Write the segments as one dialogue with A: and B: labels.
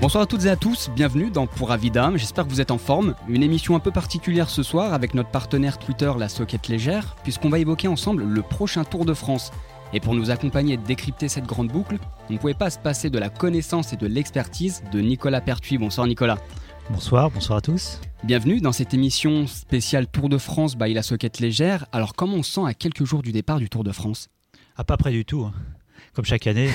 A: Bonsoir à toutes et à tous, bienvenue dans Pour Avis d'âme, j'espère que vous êtes en forme. Une émission un peu particulière ce soir avec notre partenaire Twitter La Soquette Légère, puisqu'on va évoquer ensemble le prochain Tour de France. Et pour nous accompagner et décrypter cette grande boucle, on ne pouvait pas se passer de la connaissance et de l'expertise de Nicolas Pertuis. Bonsoir Nicolas.
B: Bonsoir, bonsoir à tous.
A: Bienvenue dans cette émission spéciale Tour de France by La Soquette Légère. Alors comment on se sent à quelques jours du départ du Tour de France
B: Ah, pas près du tout. hein. Comme chaque année,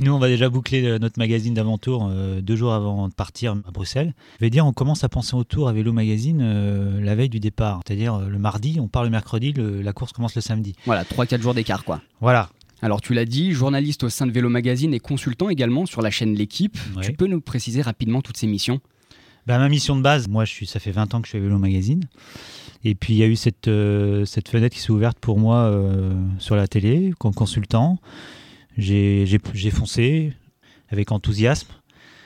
B: nous on va déjà boucler euh, notre magazine d'avant-tour euh, deux jours avant de partir à Bruxelles. Je vais dire, on commence à penser au tour à Vélo Magazine euh, la veille du départ. C'est-à-dire euh, le mardi, on part le mercredi, le- la course commence le samedi.
A: Voilà, 3-4 jours d'écart quoi.
B: Voilà.
A: Alors tu l'as dit, journaliste au sein de Vélo Magazine et consultant également sur la chaîne L'équipe.
B: Ouais.
A: Tu peux nous préciser rapidement toutes ces missions
B: Bah, ma mission de base, moi je suis, ça fait 20 ans que je suis à Vélo Magazine. Et puis il y a eu cette, euh, cette fenêtre qui s'est ouverte pour moi euh, sur la télé, comme consultant. J'ai j'ai- j'ai foncé avec enthousiasme,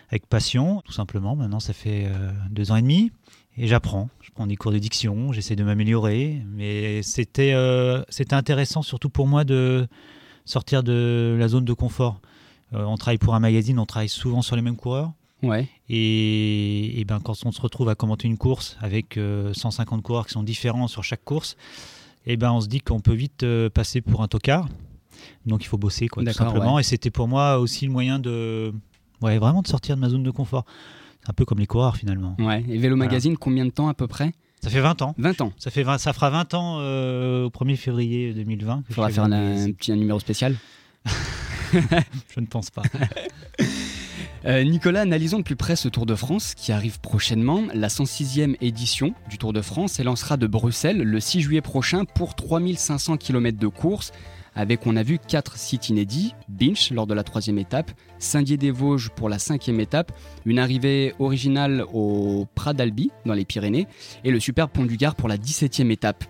B: avec passion, tout simplement. Maintenant, ça fait euh, deux ans et demi. Et j'apprends. Je prends des cours de diction, j'essaie de m'améliorer. Mais c'était euh, c'était intéressant surtout pour moi de sortir de la zone de confort. Euh, on travaille pour un magazine, on travaille souvent sur les mêmes coureurs.
A: Ouais.
B: Et, et ben, quand on se retrouve à commenter une course avec euh, 150 coureurs qui sont différents sur chaque course, et ben, on se dit qu'on peut vite euh, passer pour un tocard. Donc il faut bosser, quoi, tout
A: D'accord,
B: simplement. Et c'était pour moi aussi le moyen de ouais, vraiment de sortir de ma zone de confort. C'est un peu comme les coureurs finalement.
A: Ouais. Et Vélo
B: Voilà.
A: Magazine, combien de temps à peu près
B: Ça fait 20 ans.
A: 20 ans.
B: Ça, fait 20 ça fera 20 ans euh, au 1er février 2020. que
A: Il faudra
B: je
A: faire
B: fais
A: un,
B: mes-
A: un petit numéro spécial.
B: Je ne pense pas.
A: Euh, Nicolas, analysons de plus près ce Tour de France qui arrive prochainement. La 106e édition du Tour de France élancera de Bruxelles le 6 juillet prochain pour 3500 km de course. Avec, on a vu, 4 sites inédits, Binch lors de la troisième étape, Saint-Dié-des-Vosges pour la cinquième étape, une arrivée originale au Pradalbi dans les Pyrénées et le super pont du Gard pour la 17e étape.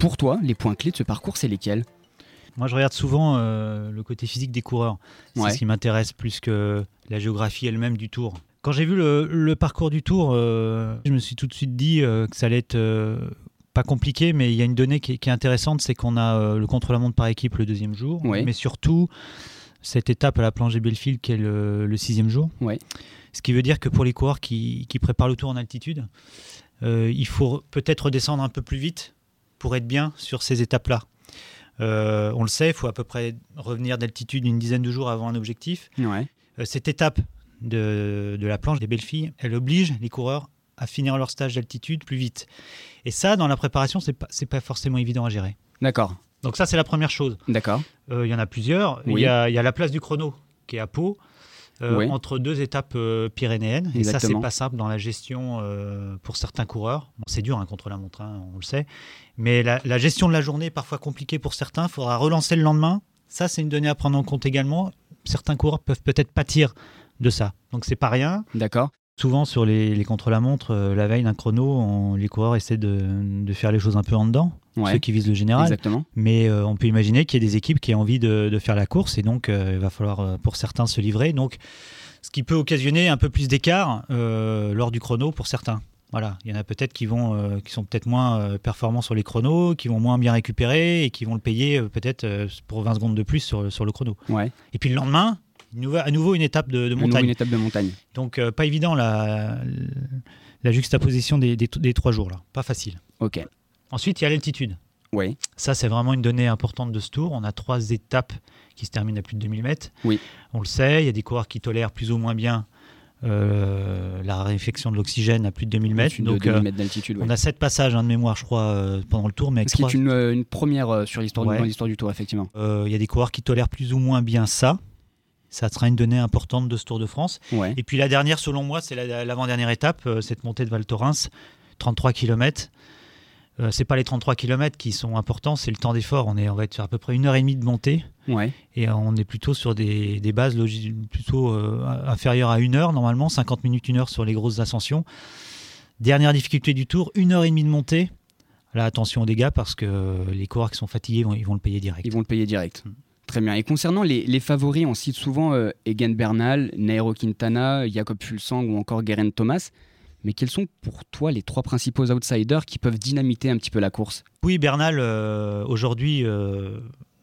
A: Pour toi, les points clés de ce parcours, c'est lesquels
B: Moi, je regarde souvent euh, le côté physique des coureurs. C'est
A: Ouais.
B: ce qui m'intéresse plus que la géographie elle-même du tour. Quand j'ai vu le, le parcours du tour, euh, je me suis tout de suite dit euh, que ça allait être euh, pas compliqué, mais il y a une donnée qui est, qui est intéressante, c'est qu'on a euh, le contre-la-montre par équipe le deuxième jour,
A: Ouais.
B: mais surtout cette étape à la planche des Belfield qui est le, le sixième jour.
A: Ouais.
B: Ce qui veut dire que pour les coureurs qui, qui préparent le tour en altitude, euh, il faut peut-être redescendre un peu plus vite pour être bien sur ces étapes-là. Euh, on le sait, il faut à peu près revenir d'altitude une dizaine de jours avant un objectif.
A: Ouais.
B: Euh, Cette étape de, de la planche des belles filles, elle oblige les coureurs à finir leur stage d'altitude plus vite. Et ça, dans la préparation, c'est pas, c'est pas forcément évident à gérer.
A: D'accord,
B: Donc ça, c'est la première chose.
A: d'accord.
B: Euh, Il y en a plusieurs. Il
A: Oui.
B: y, a, il y a la place du chrono qui est à Pau. euh,
A: Oui.
B: Entre deux étapes euh, pyrénéennes. Et ça, c'est
A: Exactement.
B: pas simple dans la gestion euh, pour certains coureurs. Bon, c'est dur hein, contre la montre, hein, on le sait. Mais la, la gestion de la journée est parfois compliquée pour certains. Il faudra relancer le lendemain. Ça, c'est une donnée à prendre en compte également. Certains coureurs peuvent peut-être pâtir de ça. Donc, c'est pas rien.
A: D'accord.
B: Souvent, sur les, les contre-la-montre, euh, la veille d'un chrono, on- les coureurs essaient de, de faire les choses un peu en dedans. Ceux
A: Ouais.
B: qui visent le général.
A: Exactement.
B: Mais euh, on peut imaginer qu'il y a des équipes qui ont envie de, de faire la course et donc euh, il va falloir euh, pour certains se livrer. Donc ce qui peut occasionner un peu plus d'écart euh, lors du chrono pour certains. Voilà, il y en a peut-être qui vont, euh, qui sont peut-être moins euh, performants sur les chronos, qui vont moins bien récupérer et qui vont le payer euh, peut-être euh, pour 20 secondes de plus sur, sur le chrono.
A: Ouais.
B: Et puis le lendemain, une nouvelle- à nouveau une étape de, de
A: À nouveau,
B: montagne.
A: une étape de montagne.
B: Donc euh, pas évident la, la juxtaposition des, des- des trois jours là, pas facile.
A: Ok.
B: Ensuite, il y a l'altitude.
A: Oui.
B: Ça, c'est vraiment une donnée importante de ce tour. On a trois étapes qui se terminent à plus de 2000 mètres.
A: Oui.
B: On le sait, il y a des coureurs qui tolèrent plus ou moins bien euh, la réflexion de l'oxygène à plus de 2000 mètres.
A: Au-dessus de
B: Donc,
A: 2000
B: euh,
A: mètres d'altitude. ouais.
B: on a sept passages hein, de mémoire, je crois, euh, pendant le tour. Mais avec
A: Ce qui
B: trois-
A: est une, euh, une première euh, sur l'histoire du-
B: Ouais.
A: dans l'histoire du tour, effectivement.
B: euh, il y a des coureurs qui tolèrent plus ou moins bien ça. Ça sera une donnée importante de ce Tour de France.
A: Ouais.
B: Et puis la dernière, selon moi, c'est la- l'avant-dernière étape, euh, cette montée de Val Thorens, 33 km. Euh, c'est pas les 33 km qui sont importants, c'est le temps d'effort. On, est, on va être sur à peu près une heure et demie de montée
A: Ouais.
B: et euh, on est plutôt sur des, des bases logi- plutôt euh, inférieures à une heure normalement, 50 minutes, une heure sur les grosses ascensions. Dernière difficulté du tour, une heure et demie de montée. Là, attention aux dégâts parce que euh, les coureurs qui sont fatigués, vont- ils vont le payer direct.
A: Ils vont le payer direct.
B: Mm.
A: Très bien. Et concernant les, les favoris, on cite souvent euh, Egan Bernal, Nairo Quintana, Jacob Fulsang ou encore Guerin Thomas. Mais quels sont pour toi les trois principaux outsiders qui peuvent dynamiter un petit peu la course
B: Oui, Bernal, euh, aujourd'hui, euh,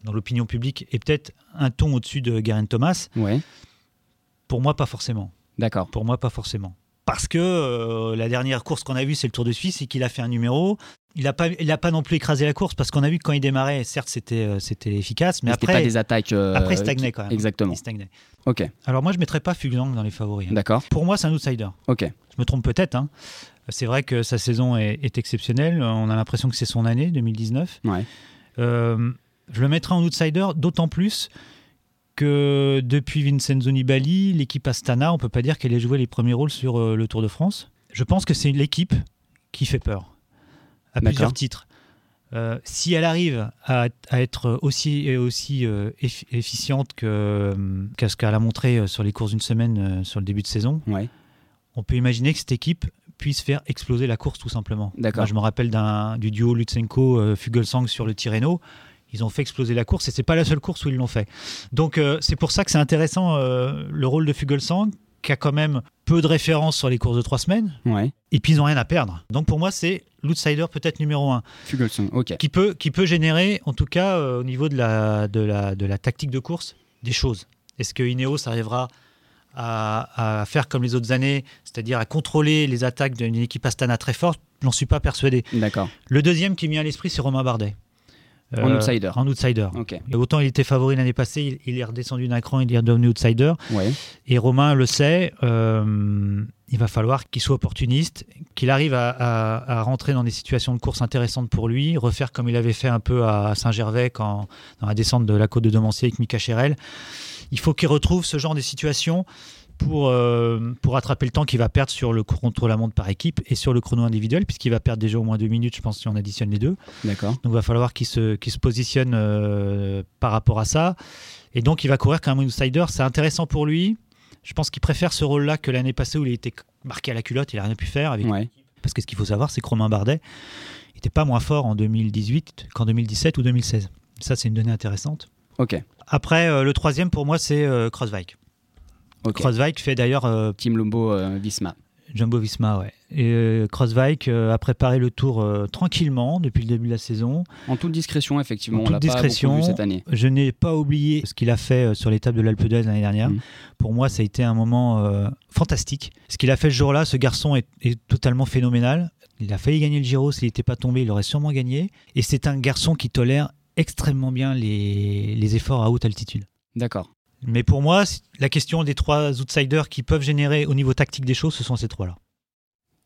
B: dans l'opinion publique, est peut-être un ton au-dessus de Garen Thomas.
A: Ouais.
B: Pour moi, pas forcément.
A: D'accord.
B: Pour moi, pas forcément. Parce que euh, la dernière course qu'on a vue, c'est le Tour de Suisse et qu'il a fait un numéro. Il n'a pas, il a pas non plus écrasé la course parce qu'on a vu que quand il démarrait, certes, c'était, euh, c'était efficace, mais,
A: Mais c'était
B: après,
A: pas des attaques. euh,
B: après, il stagnait quand même.
A: Exactement.
B: Il stagnait.
A: Ok,
B: Alors moi, je mettrais pas Fuglang dans les favoris. hein.
A: d'accord.
B: Pour moi, c'est un outsider.
A: Ok.
B: Je me trompe peut-être. hein. C'est vrai que sa saison est, est exceptionnelle. On a l'impression que c'est son année 2019.
A: Ouais.
B: Euh, je le mettrai en outsider, d'autant plus que depuis Vincenzo Nibali, l'équipe Astana, on peut pas dire qu'elle ait joué les premiers rôles sur euh, le Tour de France. Je pense que c'est l'équipe qui fait peur à
A: D'accord.
B: plusieurs titres. Euh, si elle arrive à, à être aussi, et aussi euh, eff- efficiente que, euh, qu'à ce qu'elle a montré euh, sur les courses d'une semaine euh, sur le début de saison,
A: Ouais.
B: on peut imaginer que cette équipe puisse faire exploser la course tout simplement.
A: D'accord.
B: Moi, je me rappelle d'un- du duo Lutsenko-Fugelsang sur le Tirreno. Ils ont fait exploser la course et c'est pas la seule course où ils l'ont fait. Donc euh, c'est pour ça que c'est intéressant euh, le rôle de Fugelsang qui a quand même peu de références sur les courses de trois semaines
A: Ouais.
B: et puis ils n'ont rien à perdre. Donc pour moi c'est l'outsider peut-être numéro un
A: Fuglsang, ok.
B: qui peut, qui peut générer en tout cas euh, au niveau de la, de, la, de la tactique de course des choses. Est-ce que Ineos arrivera à, à faire comme les autres années, c'est-à-dire à contrôler les attaques d'une équipe Astana très forte J'en suis pas persuadé.
A: D'accord.
B: Le deuxième qui m'est vient à l'esprit, c'est Romain Bardet. Euh,
A: En outsider.
B: En outsider.
A: Ok.
B: Et autant il était favori l'année passée, il, il est redescendu d'un cran, il est redevenu outsider.
A: Ouais.
B: Et Romain le sait, euh, il va falloir qu'il soit opportuniste, qu'il arrive à, à- à rentrer dans des situations de course intéressantes pour lui, refaire comme il avait fait un peu à Saint-Gervais quand, dans la descente de la côte de Domancier avec Mika Cherel. Il faut qu'il retrouve ce genre de situation pour, euh, pour attraper le temps qu'il va perdre sur le contre-la-montre par équipe et sur le chrono individuel, puisqu'il va perdre déjà au moins deux minutes, je pense, si on additionne les deux.
A: D'accord.
B: Donc il va falloir qu'il se, qu'il se positionne euh, par rapport à ça. Et donc il va courir comme un outsider. C'est intéressant pour lui. Je pense qu'il préfère ce rôle-là que l'année passée où il était marqué à la culotte, il n'a rien pu faire. Avec...
A: Ouais.
B: Parce que ce qu'il faut savoir, c'est que Romain Bardet n'était pas moins fort en 2018 qu'en 2017 ou 2016. Ça, c'est une donnée intéressante.
A: Ok.
B: Après, euh, le troisième pour moi, c'est euh, Kreuzweig.
A: Ok.
B: Kreuzweig fait d'ailleurs euh,
A: Team Lombo euh, Visma.
B: Jumbo Visma, ouais. Et euh, Kreuzweig euh, a préparé le tour euh, tranquillement depuis le début de la saison.
A: En toute discrétion, effectivement.
B: En
A: on l'a
B: toute
A: pas beaucoup
B: discrétion.
A: vu cette année.
B: Je n'ai pas oublié ce qu'il a fait euh, sur l'étape de l'Alpe d'Huez l'année dernière.
A: Mhm.
B: Pour moi, ça a été un moment euh, fantastique. Ce qu'il a fait ce jour-là, ce garçon est, est totalement phénoménal. Il a failli gagner le Giro. S'il n'était pas tombé, il aurait sûrement gagné. Et c'est un garçon qui tolère extrêmement bien les, les efforts à haute altitude.
A: D'accord.
B: Mais pour moi, c- la question des trois outsiders qui peuvent générer au niveau tactique des choses, ce sont ces trois-là.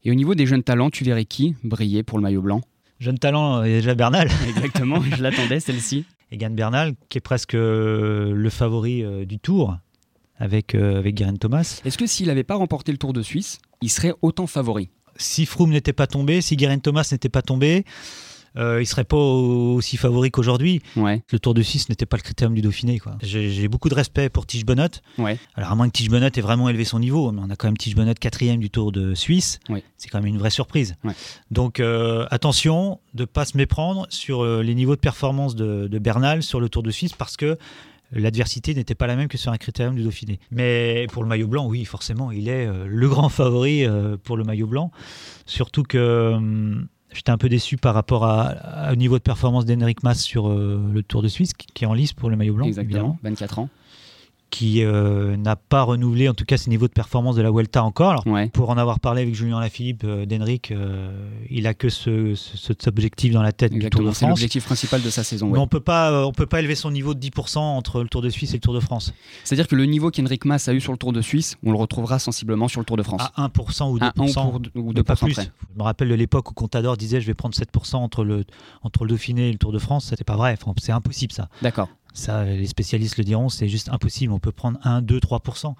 A: Et au niveau des jeunes talents, tu verrais qui briller pour le maillot blanc
B: Jeune talent, euh, il y a déjà Bernal.
A: Exactement, je l'attendais celle-ci.
B: Egan Bernal, qui est presque euh, le favori euh, du tour avec, euh, avec Guerin Thomas.
A: Est-ce que s'il n'avait pas remporté le Tour de Suisse, il serait autant favori
B: si Froome n'était pas tombé, si Guérin Thomas n'était pas tombé, euh, il serait pas au- aussi favori qu'aujourd'hui.
A: Ouais,
B: Le Tour de 6 n'était pas le critérium du Dauphiné. quoi. J'ai j'ai beaucoup de respect pour Tige Bonnot.
A: Ouais.
B: Alors, à moins que Tige Bonnot ait vraiment élevé son niveau, mais on a quand même Tige Bonnot quatrième du Tour de Suisse.
A: Oui.
B: C'est quand même une vraie surprise.
A: Ouais.
B: Donc, euh, attention de ne pas se méprendre sur euh, les niveaux de performance de, de Bernal sur le Tour de Suisse parce que l'adversité n'était pas la même que sur un critérium du Dauphiné. Mais pour le maillot blanc, oui, forcément, il est euh, le grand favori euh, pour le maillot blanc. Surtout que hum, j'étais un peu déçu par rapport à, à- au niveau de performance d'Henrik Mas sur euh, le Tour de Suisse, qui, qui est en lice pour le maillot blanc, évidemment,
A: exactement. 24 ans.
B: qui euh, n'a pas renouvelé en tout cas ses niveaux de performance de la Vuelta encore. Alors,
A: Ouais,
B: pour en avoir parlé avec Julien Lafilippe euh, d'Henrik, euh, il a que ce, ce- cet objectif dans la tête du Tour
A: exactement.
B: de
A: C'est
B: France.
A: l'objectif principal de sa saison.
B: Mais
A: ouais.
B: on peut pas, euh, on peut pas élever son niveau de 10% entre le Tour de Suisse et le Tour de France.
A: C'est-à-dire que le niveau qu'Henrik Mas a eu sur le Tour de Suisse, on le retrouvera sensiblement sur le Tour de France.
B: À 1% ou 2%.
A: à 1 ou pour- ou
B: mais
A: 2
B: pas plus.
A: près.
B: Je me rappelle de l'époque où Contador disait je vais prendre 7% entre le, entre le Dauphiné et le Tour de France. C'était pas vrai. Enfin, c'est impossible ça.
A: D'accord.
B: Ça, les spécialistes le diront, c'est juste impossible. On peut prendre 1, 2, 3%,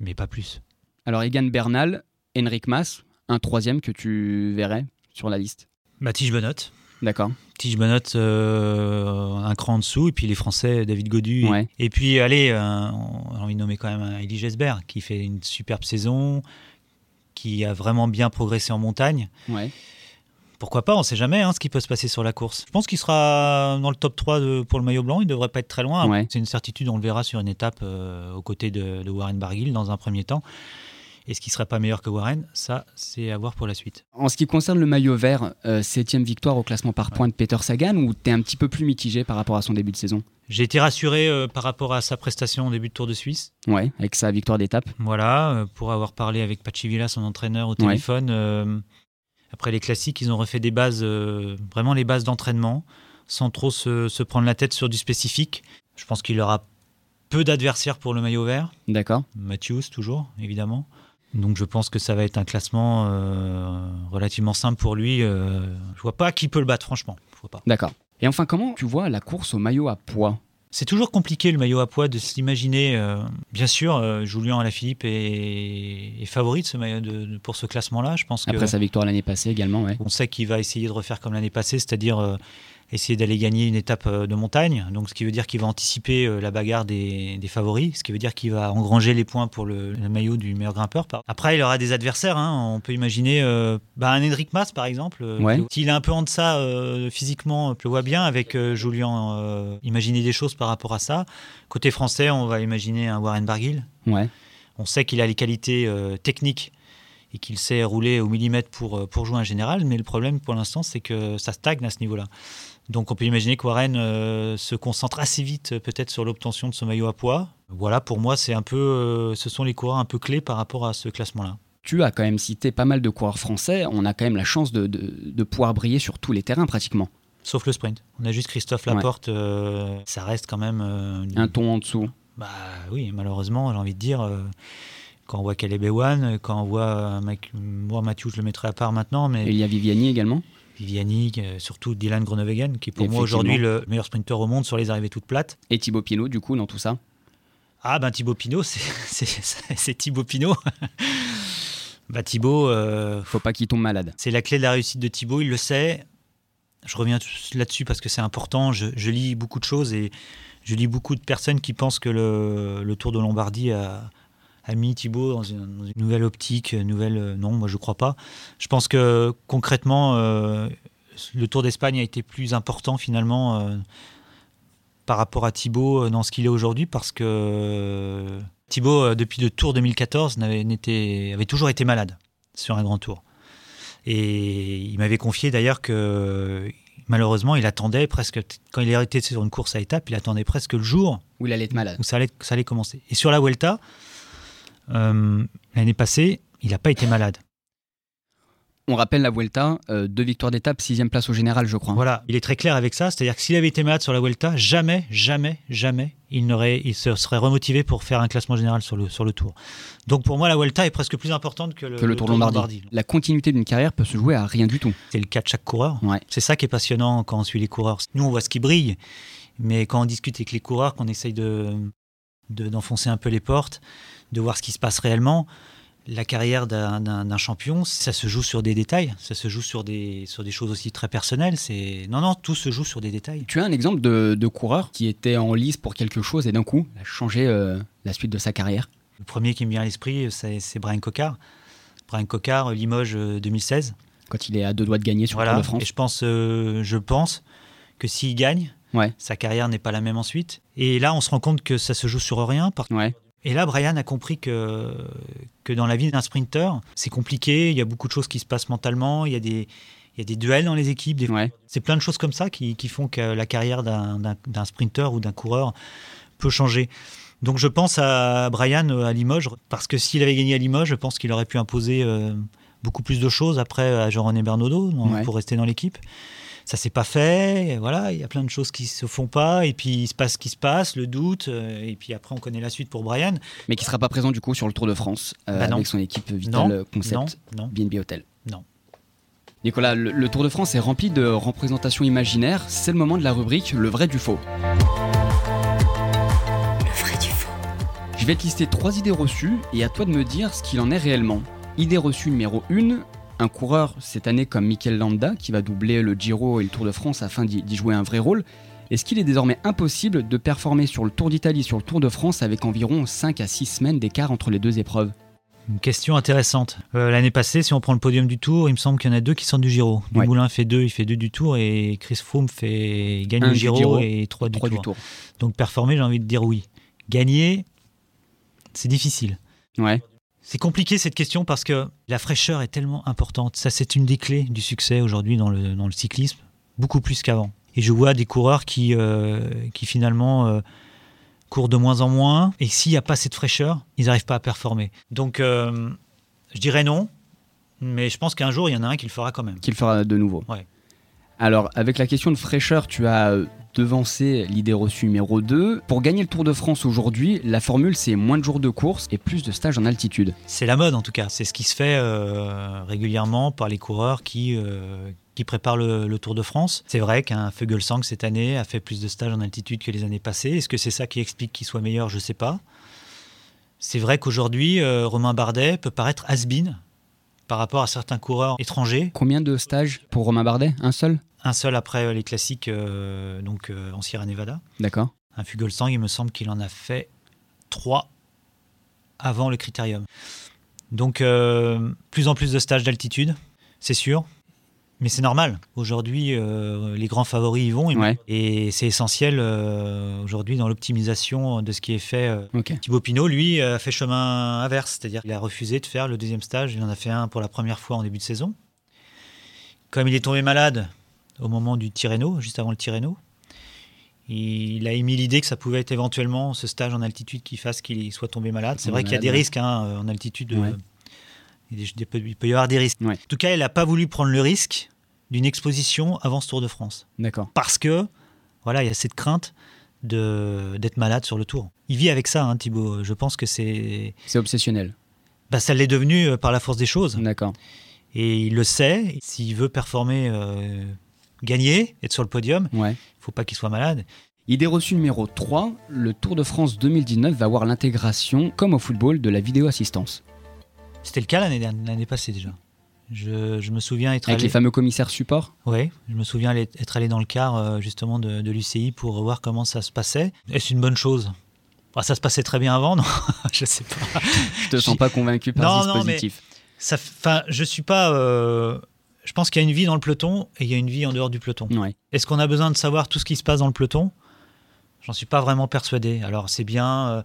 B: mais pas plus.
A: Alors Egan Bernal, Henrik Mas, un troisième que tu verrais sur la liste.
B: Mathis Benoît.
A: D'accord.
B: Tige Benoît, euh, un cran en dessous, et puis les Français, David Godu. et-
A: Ouais.
B: Et, puis, allez, euh, on a envie de nommer quand même euh, Elie Gesbert, qui fait une superbe saison, qui a vraiment bien progressé en montagne.
A: Ouais.
B: Pourquoi pas, on sait jamais hein, ce qui peut se passer sur la course. Je pense qu'il sera dans le top 3 de- pour le maillot blanc, il ne devrait pas être très loin.
A: Ouais.
B: C'est une certitude, on le verra sur une étape euh, aux côtés de, de Warren Barguil dans un premier temps. Est-ce qu'il sera pas meilleur que Warren Ça, c'est à voir pour la suite.
A: En ce qui concerne le maillot vert, euh, septième victoire au classement par points de Peter Sagan, ou t'es un petit peu plus mitigé par rapport à son début de saison
B: J'ai été rassuré euh, par rapport à sa prestation au début de Tour de Suisse.
A: Ouais, avec sa victoire d'étape.
B: Voilà, euh, pour avoir parlé avec Pachivilla, son entraîneur, au téléphone. euh, après les classiques, ils ont refait des bases, euh, vraiment les bases d'entraînement, sans trop se, se prendre la tête sur du spécifique. Je pense qu'il aura peu d'adversaires pour le maillot vert.
A: D'accord
B: Matthews, toujours, évidemment. Donc je pense que ça va être un classement euh, relativement simple pour lui. Euh, je vois pas qui peut le battre, franchement. Je vois pas.
A: D'accord. Et enfin, comment tu vois la course au maillot à poids
B: C'est toujours compliqué le maillot à poids de s'imaginer. euh, bien sûr, euh, Julien Alaphilippe est, est favori de ce maillot de- de- pour ce classement-là. Je pense que
A: Après sa victoire l'année passée également, ouais.
B: on sait qu'il va essayer de refaire comme l'année passée, c'est-à-dire euh, essayer d'aller gagner une étape euh, de montagne. Donc, ce qui veut dire qu'il va anticiper euh, la bagarre des, des favoris, ce qui veut dire qu'il va engranger les points pour le, le maillot du meilleur grimpeur. Par- Après, il aura des adversaires. hein. On peut imaginer euh, bah, un Henrik Mas, par exemple. euh,
A: Ouais.
B: S'il est un peu en deçà euh, physiquement, je le vois bien avec euh, Julien. euh, imaginer des choses par rapport à ça. Côté français, on va imaginer un Warren Barguil.
A: Ouais,
B: On sait qu'il a les qualités euh, techniques et qu'il sait rouler au millimètre pour, euh, pour jouer un général, mais le problème pour l'instant, c'est que ça stagne à ce niveau-là. Donc on peut imaginer que Warren euh, se concentre assez vite euh, peut-être sur l'obtention de ce maillot à poids. Voilà, pour moi, c'est un peu, euh, ce sont les coureurs un peu clés par rapport à ce classement-là.
A: tu as quand même cité pas mal de coureurs français. On a quand même la chance de, de- de pouvoir briller sur tous les terrains pratiquement.
B: Sauf le sprint. On a juste Christophe
A: Ouais.
B: Laporte, euh, ça reste quand même... euh, une-
A: Un ton en dessous.
B: Bah oui, malheureusement, j'ai envie de dire, euh, quand on voit Caleb Ewan, quand on voit... euh, Mike- moi, Mathieu, je le mettrai à part maintenant, mais...
A: Et il y a Viviani également.
B: Viviani, euh, surtout Dylan Groenewegen, qui est pour moi
A: Effectivement.
B: aujourd'hui le meilleur sprinteur au monde sur les arrivées toutes plates.
A: Et Thibaut Pinot, du coup, dans tout ça.
B: Ah ben Thibaut Pinot, c'est- c'est c'est Thibaut Pinot. bah Thibaut, euh,
A: Faut pas qu'il tombe malade.
B: c'est la clé de la réussite de Thibaut, il le sait. Je reviens tout- là-dessus parce que c'est important. Je, je lis beaucoup de choses et je lis beaucoup de personnes qui pensent que le, le Tour de Lombardie a, a mis Thibaut dans une, dans une nouvelle optique, une nouvelle. euh, Non, moi je crois pas. Je pense que concrètement, euh, le Tour d'Espagne a été plus important finalement euh, par rapport à Thibaut euh, dans ce qu'il est aujourd'hui parce que euh, Thibaut, euh, depuis le Tour 2014, n'avait- n'était- avait toujours été malade sur un grand tour. Et il m'avait confié d'ailleurs que malheureusement, il attendait presque, quand il était sur une course à étapes, il attendait presque le jour
A: Où il allait être malade.
B: où ça allait, ça allait commencer. Et sur la Vuelta, euh, l'année passée, il n'a pas été malade.
A: On rappelle la Vuelta, euh, deux victoires d'étape, sixième place au général, je crois.
B: Voilà, il est très clair avec ça, c'est-à-dire que s'il avait été malade sur la Vuelta, jamais, jamais, jamais, il, n'aurait, il se serait remotivé pour faire un classement général sur le, sur le tour. Donc pour moi, la Vuelta est presque plus importante que le,
A: Que le Tour de Lombardie. La continuité d'une carrière peut se jouer à rien du tout.
B: C'est le cas de chaque coureur.
A: Ouais.
B: C'est ça qui est passionnant quand on suit les coureurs. Nous, on voit ce qui brille, mais quand on discute avec les coureurs, qu'on essaye de, de- d'enfoncer un peu les portes, de voir ce qui se passe réellement, la carrière d'un, d'un- d'un champion, ça se joue sur des détails, ça se joue sur des, sur des choses aussi très personnelles. C'est... Non, non, tout se joue sur des détails.
A: Tu as un exemple de, de coureur qui était en lice pour quelque chose et d'un coup, il a changé euh, la suite de sa carrière.
B: Le premier qui me vient à l'esprit, c'est, c'est Brian Cocard. Brian Cocard, Limoges euh, 2016.
A: Quand il est à deux doigts de gagner sur le Tour de France.
B: Et je pense, euh, je pense que s'il gagne,
A: Ouais.
B: sa carrière n'est pas la même ensuite. Et là, on se rend compte que ça se joue sur rien. Par-
A: Ouais.
B: Et là, Brian a compris que, que dans la vie d'un sprinter, c'est compliqué. Il y a beaucoup de choses qui se passent mentalement. Il y a des, il y a des duels dans les équipes. des-
A: Ouais.
B: C'est plein de choses comme ça qui, qui font que la carrière d'un- d'un d'un sprinter ou d'un coureur peut changer. Donc, je pense à Brian euh, à Limoges, parce que s'il avait gagné à Limoges, je pense qu'il aurait pu imposer euh, beaucoup plus de choses après à Jean-René Bernaudot dans-
A: Ouais.
B: pour rester dans l'équipe. Ça s'est pas fait, et voilà, il y a plein de choses qui se font pas, et puis il se passe ce qui se passe, le doute, euh, et puis après on connaît la suite pour Brian.
A: Mais qui sera pas présent du coup sur le Tour de France euh,
B: Bah non.
A: avec son équipe Vital euh, Concept
B: Non, non.
A: BNB Hotel.
B: Non.
A: Nicolas, le, le Tour de France est rempli de représentations imaginaires. C'est le moment de la rubrique Le vrai du faux.
C: Le vrai du faux.
A: Je vais te lister trois idées reçues et à toi de me dire ce qu'il en est réellement. Idée reçue numéro 1, un coureur cette année comme Mikel Landa qui va doubler le Giro et le Tour de France afin d'y d'y jouer un vrai rôle. Est-ce qu'il est désormais impossible de performer sur le Tour d'Italie, sur le Tour de France avec environ 5 à 6 semaines d'écart entre les deux épreuves
B: Une question intéressante. Euh, L'année passée, si on prend le podium du Tour, il me semble qu'il y en a deux qui sortent du Giro.
A: Ouais.
B: Moulin fait deux, il fait deux du Tour, et Chris Froome fait gagne
A: Un
B: le
A: du
B: Giro,
A: Giro,
B: et trois du,
A: 3
B: tour.
A: du Tour.
B: Donc performer, j'ai envie de dire oui. Gagner, c'est difficile.
A: Ouais.
B: C'est compliqué cette question parce que la fraîcheur est tellement importante. Ça, c'est une des clés du succès aujourd'hui dans le, dans le cyclisme, beaucoup plus qu'avant. Et je vois des coureurs qui, euh, qui finalement euh, courent de moins en moins. Et s'il n'y a pas cette fraîcheur, ils n'arrivent pas à performer. Donc, euh, je dirais non. Mais je pense qu'un jour, il y en a un qui le fera quand même.
A: Qu'il fera de nouveau.
B: Ouais.
A: Alors, avec la question de fraîcheur, tu as euh, devancé l'idée reçue numéro 2. Pour gagner le Tour de France aujourd'hui, la formule, c'est moins de jours de course et plus de stages en altitude.
B: C'est la mode en tout cas. C'est ce qui se fait euh, régulièrement par les coureurs qui, euh, qui préparent le, le Tour de France. C'est vrai qu'un Fugelsang cette année a fait plus de stages en altitude que les années passées. Est-ce que c'est ça qui explique qu'il soit meilleur Je ne sais pas. C'est vrai qu'aujourd'hui, euh, Romain Bardet peut paraître has par rapport à certains coureurs étrangers.
A: Combien de stages pour Romain Bardet Un seul
B: Un seul après euh, les classiques euh, donc, euh, en Sierra Nevada.
A: D'accord.
B: Un Fugelsang, il me semble qu'il en a fait trois avant le critérium. Donc, euh, plus en plus de stages d'altitude, c'est sûr. Mais c'est normal. Aujourd'hui, euh, les grands favoris y vont. Et,
A: Ouais.
B: et c'est essentiel euh, aujourd'hui dans l'optimisation de ce qui est fait. euh.
A: Ok.
B: Thibaut Pinot, lui, euh, a fait chemin inverse. C'est-à-dire qu'il a refusé de faire le deuxième stage. Il en a fait un pour la première fois en début de saison. Comme il est tombé malade au moment du Tirreno, juste avant le Tirreno, il a émis l'idée que ça pouvait être éventuellement ce stage en altitude qui fasse qu'il soit tombé malade. C'est
A: Tombé
B: vrai qu'il y a
A: malade,
B: des
A: ouais.
B: risques hein, euh, en altitude.
A: Ouais.
B: euh, il y a des- il peut- il peut y avoir des risques.
A: Ouais.
B: En tout cas, elle n'a pas voulu prendre le risque d'une exposition avant ce Tour de France.
A: D'accord.
B: Parce que, voilà, il y a cette crainte de- d'être malade sur le Tour. Il vit avec ça, hein, Thibaut. Je pense que c'est.
A: C'est obsessionnel.
B: Bah, ça l'est devenu euh, par la force des choses.
A: D'accord.
B: Et il le sait. S'il veut performer, euh, gagner, être sur le podium,
A: Ouais.
B: il ne faut pas qu'il soit malade.
A: Idée reçue numéro 3, le Tour de France 2019 va voir l'intégration, comme au football, de la vidéo assistance.
B: C'était le cas l'année dernière- l'année passée déjà. Je, je me souviens être
A: Avec
B: allé.
A: les fameux commissaires support
B: Oui, je me souviens aller- être allé dans le car euh, justement de, de l'UCI pour voir comment ça se passait. Est-ce une bonne chose Ah, Ça se passait très bien avant, non Je sais pas.
A: Je te sens pas convaincu par
B: Non,
A: ce
B: non, mais-
A: dispositif.
B: Ça, f- enfin, je suis pas. euh, je pense qu'il y a une vie dans le peloton et il y a une vie en dehors du peloton.
A: Ouais.
B: Est-ce qu'on a besoin de savoir tout ce qui se passe dans le peloton J'en suis pas vraiment persuadé. Alors c'est bien euh,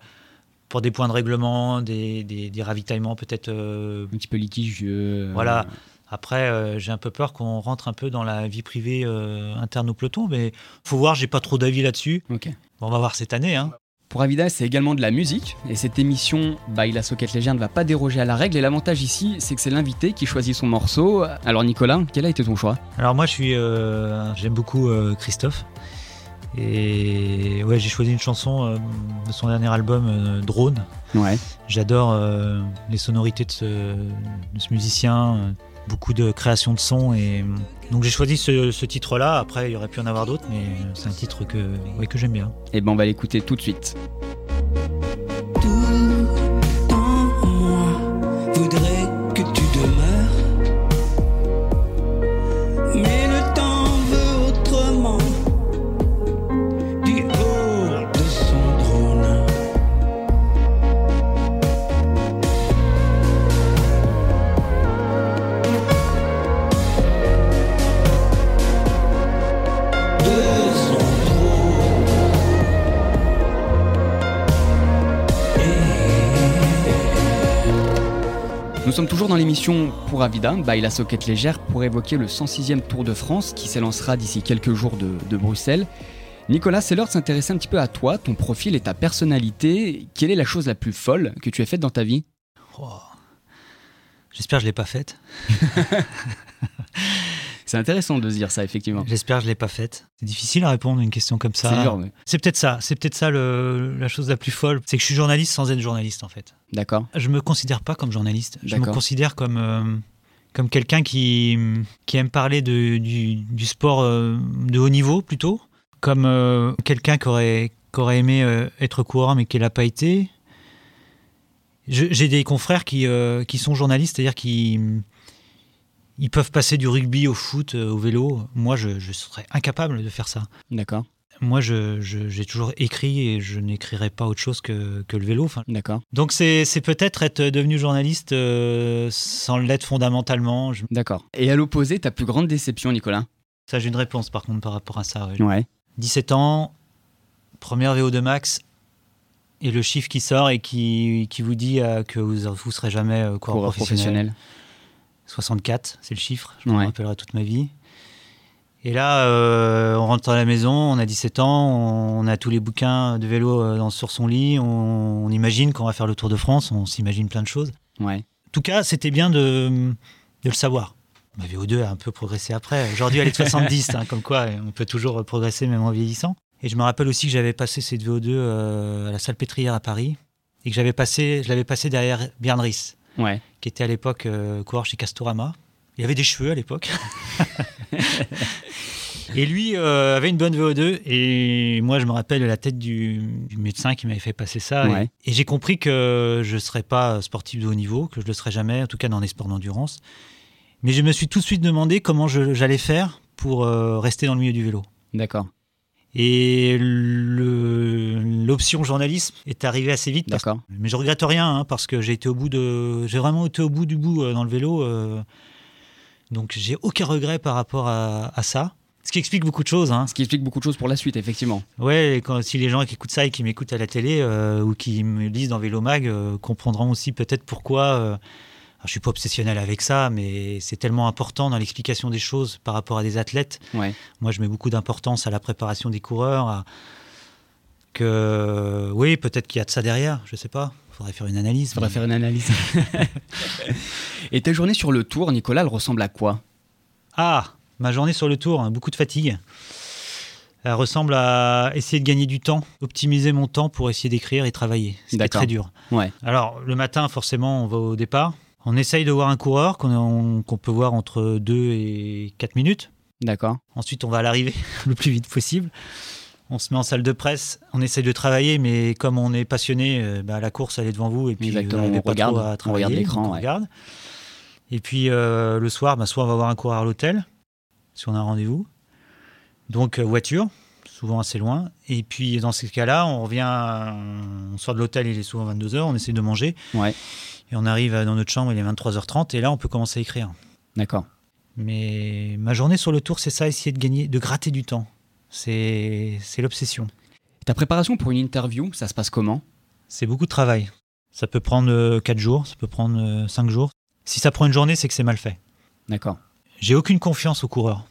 B: pour des points de règlement, des, des- des ravitaillements peut-être euh,
A: Un petit peu litigieux. euh,
B: Voilà. Après, euh, j'ai un peu peur qu'on rentre un peu dans la vie privée euh, interne au peloton, mais faut voir, j'ai pas trop d'avis là-dessus.
A: Ok.
B: Bon, on va voir cette année. Hein.
A: Pour Avida, c'est également de la musique, et cette émission bah, by La Socket Légère ne va pas déroger à la règle, et l'avantage ici, c'est que c'est l'invité qui choisit son morceau. Alors Nicolas, quel a été ton choix
B: Alors moi, je suis, euh, j'aime beaucoup euh, Christophe, et ouais, j'ai choisi une chanson euh, de son dernier album euh, Drone.
A: Ouais.
B: J'adore euh, les sonorités de ce, de ce musicien, euh, beaucoup de création de sons, et euh, donc j'ai choisi ce, ce titre-là. Après, il y aurait pu en avoir d'autres, mais euh, c'est un titre que, ouais, que j'aime bien.
A: Eh ben on va l'écouter tout de suite.
C: Tout en moi voudrait que tu demeures, mais le temps veut autrement. Du haut de son drone, de son drone.
A: Nous sommes toujours dans l'émission Pour Avida by La Socket Légère pour évoquer le 106e Tour de France qui s'élancera d'ici quelques jours de, de Bruxelles. Nicolas, c'est l'heure de s'intéresser un petit peu à toi, ton profil et ta personnalité. Quelle est la chose la plus folle que tu aies faite dans ta vie
B: Oh. J'espère que je l'ai pas faite.
A: C'est intéressant de se dire ça, effectivement. Ah.
B: J'espère que je l'ai pas faite. C'est difficile à répondre à une question comme ça.
A: C'est dur, mais-
B: C'est peut-être ça. C'est peut-être ça le- la chose la plus folle. C'est que je suis journaliste sans être journaliste en fait.
A: D'accord.
B: Je me considère pas comme journaliste. Je me
A: D'accord.
B: considère comme euh, comme quelqu'un qui qui aime parler de- du, du sport euh, de haut niveau plutôt, comme euh, quelqu'un qui aurait qui aurait aimé euh, être coureur mais qui l'a pas été. Je- J'ai des confrères qui euh, qui sont journalistes, c'est-à-dire qui ils peuvent passer du rugby au foot, euh, au vélo. Moi, je, je serais incapable de faire ça.
A: D'accord.
B: Moi, je- je- j'ai toujours écrit et je n'écrirai pas autre chose que, que le vélo. Enfin,
A: D'accord.
B: donc, c'est c'est peut-être être devenu journaliste euh, sans l'être fondamentalement. Je-
A: D'accord. Et à l'opposé, ta plus grande déception, Nicolas
B: ça, j'ai une réponse par contre par rapport à ça. ouais.
A: Ouais.
B: 17 ans, première VO2 max, Et le chiffre qui sort et qui, qui vous dit euh, que vous ne serez jamais euh, coureur,
A: coureur
B: professionnel.
A: professionnel.
B: 64, c'est le chiffre, je me
A: Ouais.
B: rappellerai toute ma vie. Et là, euh, on rentre à la maison, on a 17 ans, on a tous les bouquins de vélo euh, dans- sur son lit, on, on imagine qu'on va faire le Tour de France, on s'imagine plein de choses.
A: Ouais.
B: En tout cas, c'était bien de, de le savoir. Ma VO2 a un peu progressé après. Aujourd'hui, elle est de 70, hein, comme quoi on peut toujours progresser même en vieillissant. Et je me rappelle aussi que j'avais passé cette VO2 euh, à la salle pétrière à Paris et que j'avais passé, je l'avais passé derrière Biarnris,
A: Ouais.
B: qui était à l'époque euh, coureur chez Castorama. Il avait des cheveux à l'époque. et lui euh, avait une bonne VO2. Et moi, je me rappelle la tête du, du médecin qui m'avait fait passer ça. Et-
A: Ouais.
B: Et, j'ai compris que je ne serais pas sportif de haut niveau, que je ne le serais jamais, en tout cas dans les sports d'endurance. Mais je me suis tout de suite demandé comment je- j'allais faire pour euh, rester dans le milieu du vélo.
A: D'accord.
B: Et le- l'option journalisme est arrivée assez vite parce
A: D'accord.
B: mais je regrette rien hein, parce que j'ai été au bout de, j'ai vraiment été au bout du bout euh, dans le vélo, euh, donc j'ai aucun regret par rapport à, à ça. Ce qui explique beaucoup de choses. Hein.
A: Ce qui explique beaucoup de choses pour la suite, effectivement.
B: Ouais, quand, si les gens qui écoutent ça et qui m'écoutent à la télé euh, ou qui me lisent dans Vélo Mag euh, comprendront aussi peut-être pourquoi. euh, alors, je suis pas obsessionnel avec ça, mais c'est tellement important dans l'explication des choses par rapport à des athlètes.
A: Ouais.
B: Moi, je mets beaucoup d'importance à la préparation des coureurs. à- Que oui, peut-être qu'il y a de ça derrière. Je sais pas. Faudrait faire une analyse.
A: Il faudrait
B: mais-
A: faire une analyse. Et ta journée sur le tour, Nicolas, elle ressemble à quoi
B: Ah, ma journée sur le tour, hein, beaucoup de fatigue. Elle ressemble à essayer de gagner du temps, optimiser mon temps pour essayer d'écrire et travailler. C'était
A: D'accord.
B: très dur.
A: Ouais.
B: Alors, le matin, forcément, on va au départ. On essaye de voir un coureur qu'on on- qu'on peut voir entre 2 et 4 minutes.
A: D'accord.
B: Ensuite, on va à l'arrivée le plus vite possible. On se met en salle de presse, on essaye de travailler, mais comme on est passionné, euh, bah, la course, elle est devant vous. Et puis,
A: Exactement,
B: vous n'avez
A: on
B: pas
A: regarde,
B: trop
A: on
B: à
A: regarde
B: travailler, donc
A: l'écran,
B: on
A: ouais.
B: regarde. Et puis, euh, le soir, bah, soit on va voir un coureur à l'hôtel, si on a un rendez-vous. Donc, euh, voiture, souvent assez loin. Et puis, dans ces cas-là, on revient, à- on sort de l'hôtel, il est souvent 22h, on essaie de manger.
A: Ouais.
B: Et on arrive dans notre chambre, il est 23h30, et là, on peut commencer à écrire.
A: D'accord.
B: Mais ma journée sur le tour, c'est ça, essayer de gagner, de gratter du temps. C'est c'est l'obsession.
A: Ta préparation pour une interview, ça se passe comment
B: C'est beaucoup de travail. Ça peut prendre 4 jours, ça peut prendre 5 jours. Si ça prend une journée, c'est que c'est mal fait.
A: D'accord.
B: J'ai aucune confiance aux coureurs.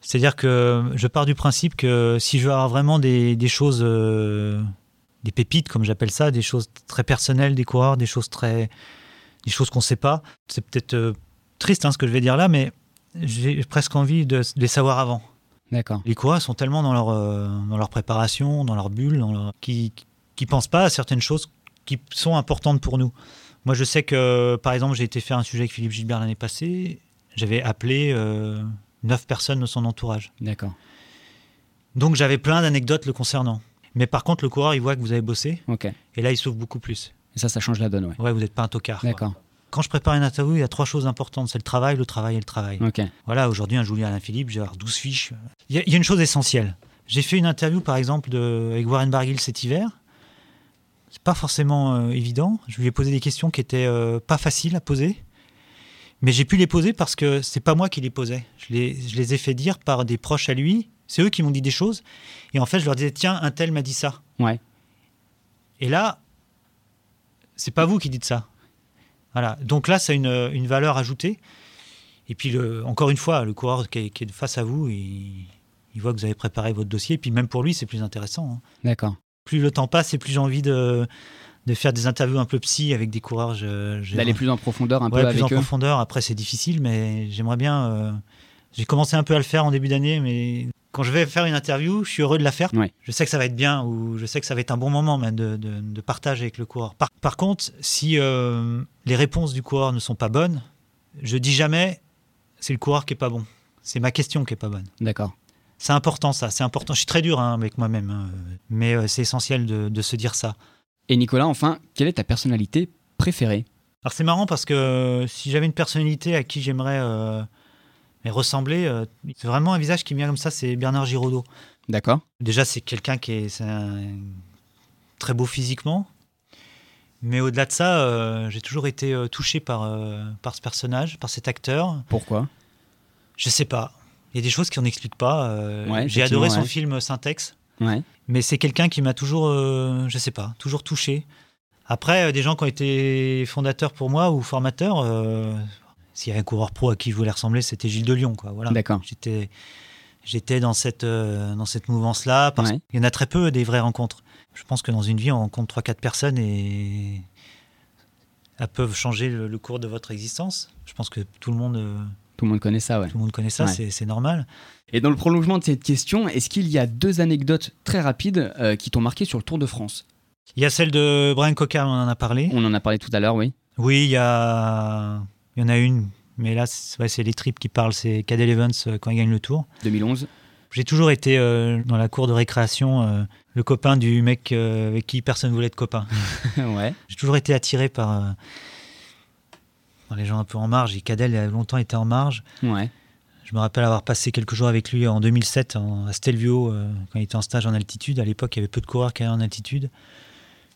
B: C'est-à-dire que je pars du principe que si je veux avoir vraiment des, des choses, euh, des pépites, comme j'appelle ça, des choses très personnelles des coureurs, des choses très. des choses qu'on ne sait pas, c'est peut-être euh, triste hein, ce que je vais dire là, mais j'ai presque envie de- de les savoir avant.
A: D'accord.
B: Les coureurs sont tellement dans leur, euh, dans leur préparation, dans leur bulle, dans leur... qui ne pensent pas à certaines choses qui sont importantes pour nous. Moi, je sais que, par exemple, j'ai été faire un sujet avec Philippe Gilbert l'année passée. J'avais appelé euh, neuf personnes de son entourage.
A: D'accord.
B: Donc, j'avais plein d'anecdotes le concernant. Mais par contre, le coureur, il voit que vous avez bossé.
A: Ok. Et
B: Et là, il s'ouvre beaucoup plus.
A: ça, ça change la donne, ouais.
B: Ouais, vous n'êtes pas un tocard. quoi.
A: D'accord.
B: Quand je prépare une interview, il y a trois choses importantes. C'est le travail, le travail et le travail.
A: Ok.
B: Voilà, aujourd'hui, un Julien Alain Philippe, j'ai avoir 12 fiches. Il y, a- il y a une chose essentielle. J'ai fait une interview, par exemple, de, avec Warren Barguil cet hiver. C'est pas forcément euh, évident. Je lui ai posé des questions qui étaient euh, pas faciles à poser. Mais j'ai pu les poser parce que c'est pas moi qui les posais. Je les, je les ai fait dire par des proches à lui. C'est eux qui m'ont dit des choses. Et en fait, je leur disais tiens, un tel m'a dit ça.
A: Ouais.
B: Et là, c'est pas vous qui dites ça. Voilà. Donc là, ça a une, une valeur ajoutée. Et puis, le- encore une fois, le coureur qui est, qui est face à vous, il, il voit que vous avez préparé votre dossier. Et puis, même pour lui, c'est plus intéressant. hein.
A: D'accord.
B: Plus le temps passe et plus j'ai envie de, de faire des interviews un peu psy avec des coureurs. Je- j'ai-
A: D'aller plus en profondeur un
B: Ouais,
A: peu
B: plus en
A: avec eux.
B: profondeur. Après, c'est difficile, mais j'aimerais bien. euh, J'ai commencé un peu à le faire en début d'année, mais quand je vais faire une interview, je suis heureux de la faire.
A: Ouais.
B: Je sais que ça va être bien ou je sais que ça va être un bon moment même de, de- de partage avec le coureur. Par, par contre, si euh, les réponses du coureur ne sont pas bonnes, je dis jamais c'est le coureur qui est pas bon. C'est ma question qui est pas bonne.
A: D'accord.
B: C'est important ça, c'est important. Je suis très dur hein, avec moi-même, hein, mais euh, c'est essentiel de- de se dire ça.
A: Et Nicolas, enfin, quelle est ta personnalité préférée
B: Alors c'est marrant parce que euh, si j'avais une personnalité à qui j'aimerais euh, mais ressembler, euh, c'est vraiment un visage qui me vient comme ça, c'est Bernard Giraudot.
A: D'accord.
B: Déjà c'est quelqu'un qui est, c'est un- très beau physiquement, mais au-delà de ça, euh, j'ai toujours été euh, touché par, euh, par ce personnage, par cet acteur.
A: Pourquoi
B: Je sais pas, il y a des choses qu'on n'explique pas. euh,
A: Ouais,
B: j'ai adoré
A: effectivement,
B: son
A: ouais.
B: film Syntex.
A: Ouais.
B: Mais c'est quelqu'un qui m'a toujours, euh, je sais pas, toujours touché. Après, euh, des gens qui ont été fondateurs pour moi ou formateurs, euh, s'il y avait un coureur pro à qui je voulais ressembler, c'était Gilles de Lyon. Quoi. Voilà.
A: D'accord.
B: J'étais, j'étais dans cette, euh, dans cette mouvance-là. Parce
A: Ouais.
B: qu'il y en a très peu des vraies rencontres. Je pense que dans une vie, on rencontre 3-4 personnes et elles peuvent changer le, le cours de votre existence. Je pense que tout le monde, euh,
A: Tout le monde connaît ça, ouais.
B: tout le monde connaît ça,
A: Ouais.
B: c'est, c'est normal.
A: Et dans le prolongement de cette question, est-ce qu'il y a deux anecdotes très rapides euh, qui t'ont marqué sur le Tour de France
B: Il y a celle de Brian Coca, on en a parlé.
A: On en a parlé tout à l'heure, oui.
B: Oui, il y, a... il y en a une, mais là, c'est ouais, c'est les tripes qui parlent, c'est Cadel Evans euh, quand il gagne le tour.
A: 2011.
B: J'ai toujours été euh, dans la cour de récréation euh, le copain du mec euh, avec qui personne voulait être copain.
A: ouais.
B: J'ai toujours été attiré par, euh, par les gens un peu en marge. Et Cadel a longtemps été en marge.
A: Ouais.
B: Je me rappelle avoir passé quelques jours avec lui en 2007 en- à Stelvio, euh, quand il était en stage en altitude. À l'époque, il y avait peu de coureurs qui allaient en altitude.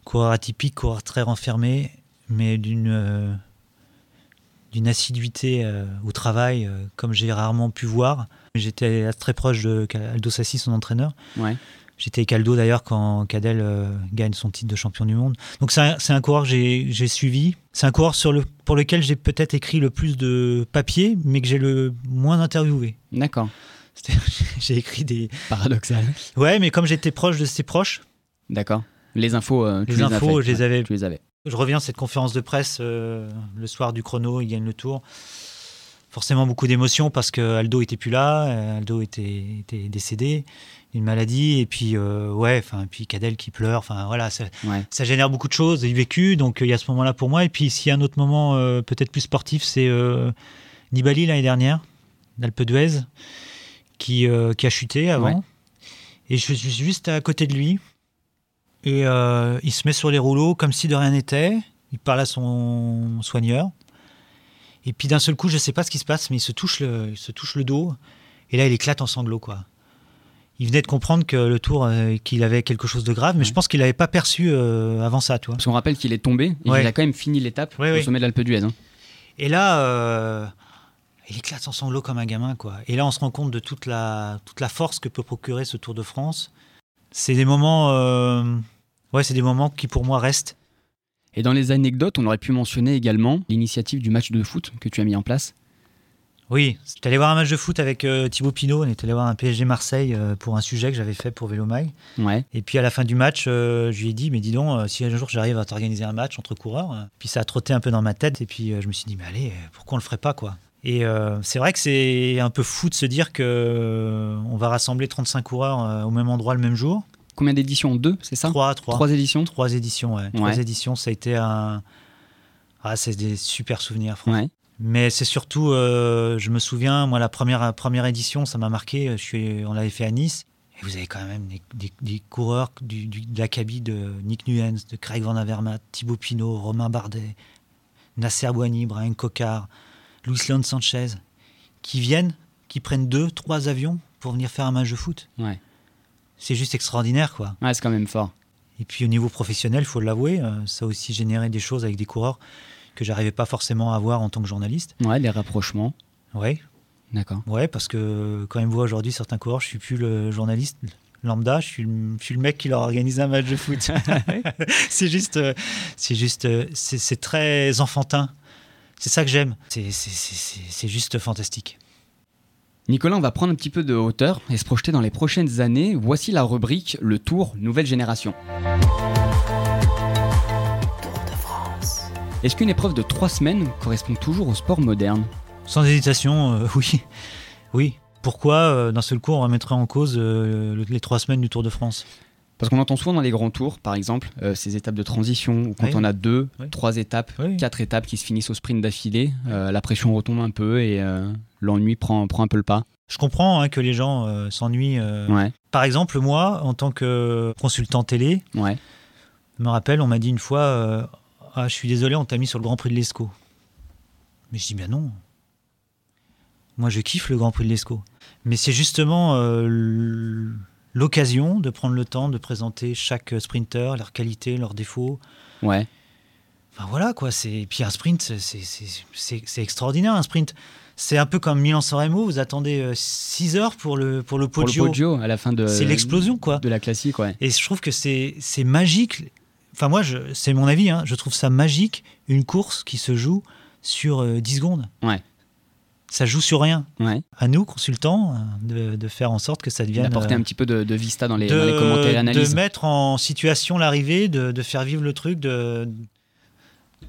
B: Coureur atypique, coureur très renfermé, mais d'une euh, d'une assiduité euh, au travail euh, comme j'ai rarement pu voir. J'étais très proche de Ca- Aldo Sassi, son entraîneur.
A: Ouais.
B: J'étais avec Aldo d'ailleurs quand Cadel euh, gagne son titre de champion du monde. Donc c'est un, c'est un coureur que j'ai j'ai suivi. C'est un coureur sur le, pour lequel j'ai peut-être écrit le plus de papier, mais que j'ai le moins interviewé.
A: D'accord.
B: C'est-à-dire, J'ai écrit des.
A: Paradoxal.
B: Ouais, mais comme j'étais proche de ses proches,
A: D'accord. Les infos, euh, tu
B: les,
A: les, as
B: infos,
A: faites.
B: je les
A: Ouais,
B: avais.
A: Tu les avais.
B: Je reviens à cette conférence de presse euh, le soir du chrono, il gagne le tour. Forcément, beaucoup d'émotions parce que Aldo était plus là, euh, Aldo était, était décédé d'une maladie, et puis, euh, ouais, enfin, et puis Cadel qui pleure, enfin voilà, ça,
A: Ouais.
B: ça génère beaucoup de choses, du vécu, donc euh, il y a ce moment-là pour moi. Et puis s'il y a un autre moment euh, peut-être plus sportif, c'est euh, Nibali l'année dernière, l'Alpe d'Huez, qui, euh, qui a chuté avant.
A: Ouais.
B: Et je suis juste à côté de lui. Et euh, il se met sur les rouleaux comme si de rien n'était. Il parle à son soigneur. Et puis d'un seul coup, je sais pas ce qui se passe, mais il se touche le, il se touche le dos. Et là, il éclate en sanglots, quoi. Il venait de comprendre que le tour, euh, qu'il avait quelque chose de grave, mais je pense qu'il l'avait pas perçu euh, avant ça, tu vois.
A: Parce qu'on rappelle qu'il est tombé et
B: Ouais.
A: qu'il a quand même fini l'étape
B: Ouais,
A: au
B: ouais.
A: sommet de l'Alpe d'Huez. hein.
B: Et là, euh, il éclate en sanglots comme un gamin, quoi. Et là, on se rend compte de toute la, toute la force que peut procurer ce Tour de France. C'est des moments, euh, ouais, c'est des moments qui pour moi restent.
A: Et dans les anecdotes, on aurait pu mentionner également l'initiative du match de foot que tu as mis en place.
B: Oui, j'étais allé voir un match de foot avec euh, Thibaut Pinot. On était allé voir un PSG Marseille euh, pour un sujet que j'avais fait pour Vélo Mail.
A: Ouais.
B: Et puis à la fin du match, euh, je lui ai dit, mais dis donc, euh, si un jour j'arrive à t'organiser un match entre coureurs, euh, puis ça a trotté un peu dans ma tête, et puis euh, je me suis dit, mais allez, euh, pourquoi on le ferait pas, quoi Et euh, c'est vrai que c'est un peu fou de se dire que euh, on va rassembler 35 coureurs euh, au même endroit le même jour.
A: Combien d'éditions Deux, c'est ça
B: Trois, trois.
A: Trois éditions
B: Trois éditions, ouais. Trois
A: Ouais.
B: éditions, ça a été un... Ah, c'est des super souvenirs, franchement.
A: Ouais.
B: Mais c'est surtout, euh, je me souviens, moi, la première, première édition, ça m'a marqué. euh, Je suis, on l'avait fait à Nice. Et vous avez quand même des, des- des coureurs du, du- de la cabine de Nick Nuens, de Craig Van Avermaet, Thibaut Pinot, Romain Bardet, Nasser Boigny, Brian Cocard, Luis Leon Sanchez, qui viennent, qui prennent deux, trois avions pour venir faire un match de foot.
A: Ouais.
B: C'est juste extraordinaire, quoi.
A: Ouais, c'est quand même fort.
B: Et puis au niveau professionnel, il faut l'avouer, euh, ça a aussi généré des choses avec des coureurs que j'arrivais pas forcément à voir en tant que journaliste.
A: Ouais, les rapprochements.
B: Ouais,
A: D'accord.
B: Ouais, parce que quand ils me voient aujourd'hui, certains coureurs, je suis plus le journaliste lambda, je suis le, je suis le mec qui leur organise un match de foot. c'est juste, euh, c'est juste, euh, c'est c'est très enfantin. C'est ça que j'aime. C'est- c'est- C'est c'est- c'est juste fantastique.
A: Nicolas, on va prendre un petit peu de hauteur et se projeter dans les prochaines années. Voici la rubrique Le Tour Nouvelle Génération. Est-ce qu'une épreuve de trois semaines correspond toujours au sport moderne
B: Sans hésitation, euh, oui, oui. Pourquoi euh, d'un seul coup on remettrait en cause euh, le- les trois semaines du Tour de France
A: Parce qu'on entend souvent dans les grands tours, par exemple, euh, ces étapes de transition, où quand
B: Oui.
A: on a deux,
B: Oui.
A: trois étapes,
B: Oui.
A: quatre étapes qui se finissent au sprint d'affilée, euh, la pression retombe un peu et euh, l'ennui prend, prend un peu le pas.
B: Je comprends hein, que les gens euh, s'ennuient. euh.
A: Ouais,
B: Par exemple, moi, en tant que euh, consultant télé,
A: ouais.
B: Je me rappelle, on m'a dit une fois euh, Ah, je suis désolé, on t'a mis sur le Grand Prix de l'Esco. Mais je dis Ben non. Moi, je kiffe le Grand Prix de l'Esco. Mais c'est justement euh, l- l'occasion de prendre le temps de présenter chaque sprinter, leurs qualités, leurs défauts. Ben
A: Ouais,
B: Enfin voilà quoi, c'est. Puis un sprint, c'est- c'est- c'est c'est extraordinaire un sprint. C'est un peu comme Milan-San Remo, vous attendez 6 heures pour le, pour le
A: Pour le euh,
B: podio.
A: Poggio, à la fin de,
B: c'est l'explosion, quoi.
A: de la classique, ouais.
B: Et je trouve que c'est c'est magique. Enfin, moi, je- c'est mon avis, hein, je trouve ça magique, une course qui se joue sur euh, 10 secondes.
A: Ouais.
B: Ça joue sur rien.
A: ouais.
B: À nous, consultants, euh, de, de faire en sorte que ça devienne.
A: D'apporter
B: euh,
A: un petit peu de, de vista dans les,
B: de,
A: dans les commentaires et analyses.
B: de mettre en situation l'arrivée, de, de faire vivre le truc, de...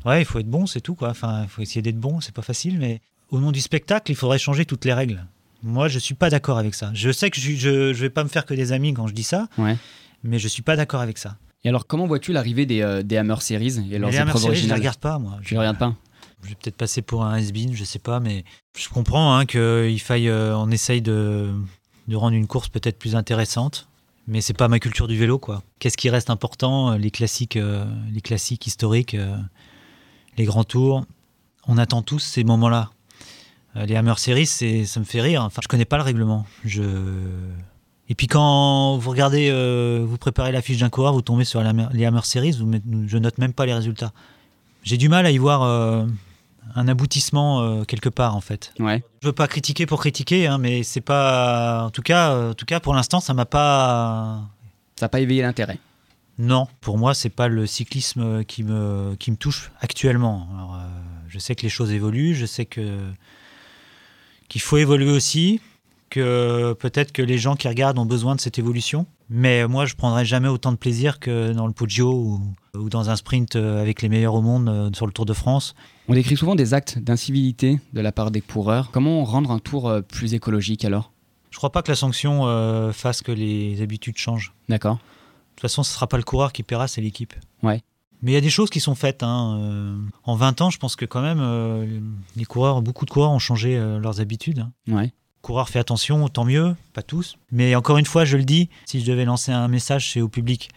B: Ouais, il faut être bon, c'est tout, quoi. Enfin, il faut essayer d'être bon, c'est pas facile, mais au nom du spectacle, il faudrait changer toutes les règles. Moi, je suis pas d'accord avec ça. Je sais que je, je, je vais pas me faire que des amis quand je dis ça,
A: Ouais.
B: mais je suis pas d'accord avec ça.
A: Et alors, comment vois-tu l'arrivée des, euh, des Hammer Series et leurs
B: Mais les Hammer
A: épreuves
B: Series, je les
A: originales
B: regarde pas, moi.
A: Tu les regardes pas
B: Je vais peut-être passer pour un has-been, je sais pas, mais je comprends hein, qu'il faille, euh, on essaye de, de rendre une course peut-être plus intéressante, mais c'est pas ma culture du vélo, quoi. Qu'est-ce qui reste important euh, Les classiques, euh, les classiques historiques, euh, les grands tours. On attend tous ces moments-là. Euh, les Hammer Series, c'est, ça me fait rire. Enfin, je connais pas le règlement. Je et puis quand vous regardez, euh, vous préparez la fiche d'un coureur, vous tombez sur la Hammer- les Hammer Series, vous met- je note même pas les résultats. J'ai du mal à y voir euh, un aboutissement euh, quelque part en fait.
A: Ouais.
B: Je veux pas critiquer pour critiquer, hein, mais c'est pas, en tout cas, euh, en tout cas pour l'instant, ça m'a pas.
A: Ça n'a pas éveillé l'intérêt.
B: Non, pour moi, c'est pas le cyclisme qui me, qui me touche actuellement. Alors, euh, je sais que les choses évoluent, je sais que qu'il faut évoluer aussi, que peut-être que les gens qui regardent ont besoin de cette évolution. Mais moi, je prendrai jamais autant de plaisir que dans le Poggio ou, ou dans un sprint euh, avec les meilleurs au monde euh, sur le Tour de France.
A: On décrit souvent des actes d'incivilité de la part des coureurs. Comment rendre un tour euh, plus écologique alors
B: Je crois pas que la sanction euh, fasse que les habitudes changent.
A: D'accord.
B: De toute façon, ce sera pas le coureur qui paiera, c'est l'équipe.
A: Ouais.
B: Mais il y a des choses qui sont faites. hein. Euh, en 20 ans, je pense que quand même, euh, les coureurs, beaucoup de coureurs ont changé euh, leurs habitudes. hein.
A: Ouais.
B: Coureur, fait attention, tant mieux, pas tous. Mais encore une fois, je le dis, si je devais lancer un message, c'est au public.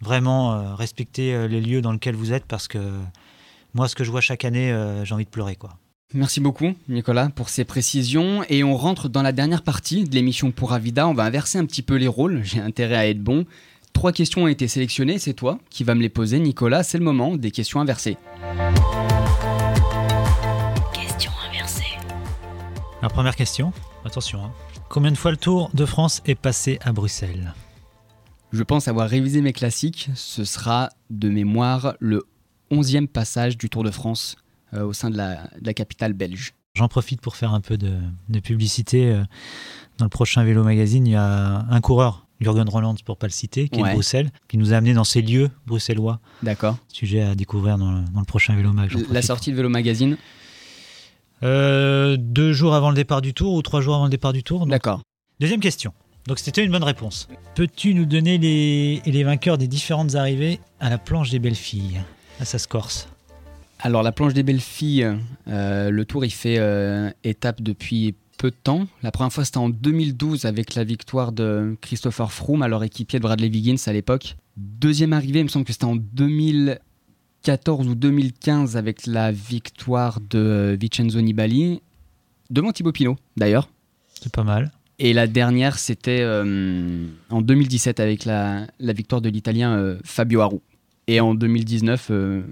B: Vraiment, euh, respectez euh, les lieux dans lesquels vous êtes parce que moi, ce que je vois chaque année, euh, j'ai envie de pleurer. quoi.
A: Merci beaucoup, Nicolas, pour ces précisions. Et on rentre dans la dernière partie de l'émission pour Avida. On va inverser un petit peu les rôles. J'ai intérêt à être bon. Trois questions ont été sélectionnées. C'est toi qui vas me les poser, Nicolas. C'est le moment des questions inversées.
D: Question inversée.
B: La première question, attention. hein. Combien de fois le Tour de France est passé à Bruxelles
A: Je pense avoir révisé mes classiques. Ce sera de mémoire le 11e passage du Tour de France euh, au sein de la, de la capitale belge.
B: J'en profite pour faire un peu de, de publicité. euh, Dans le prochain Vélo Magazine, il y a un coureur, Jürgen Roland, pour pas le citer, qui est
A: Ouais.
B: de Bruxelles, qui nous a amené dans ces lieux bruxellois.
A: D'accord.
B: Sujet à découvrir dans le, dans le prochain Vélo Mag. j'en
A: La
B: profite.
A: sortie de Vélo Magazine.
B: Euh, deux jours avant le départ du tour ou trois jours avant le départ du tour. donc-
A: D'accord.
B: Deuxième question. Donc c'était une bonne réponse. Peux-tu nous donner les, les vainqueurs des différentes arrivées à la planche des belles filles Ah, ça se corse.
A: Alors la planche des belles filles, euh, le tour il fait euh, étape depuis peu de temps. La première fois c'était en 2012 avec la victoire de Christopher Froome, alors équipier de Bradley Wiggins à l'époque. Deuxième arrivée, il me semble que c'était en 2014 ou 2015 avec la victoire de euh, Vincenzo Nibali, devant Thibaut Pinot d'ailleurs.
B: C'est pas mal.
A: Et la dernière c'était euh, en 2017 avec la, la victoire de l'Italien euh, Fabio Aru. Et en 2019, euh,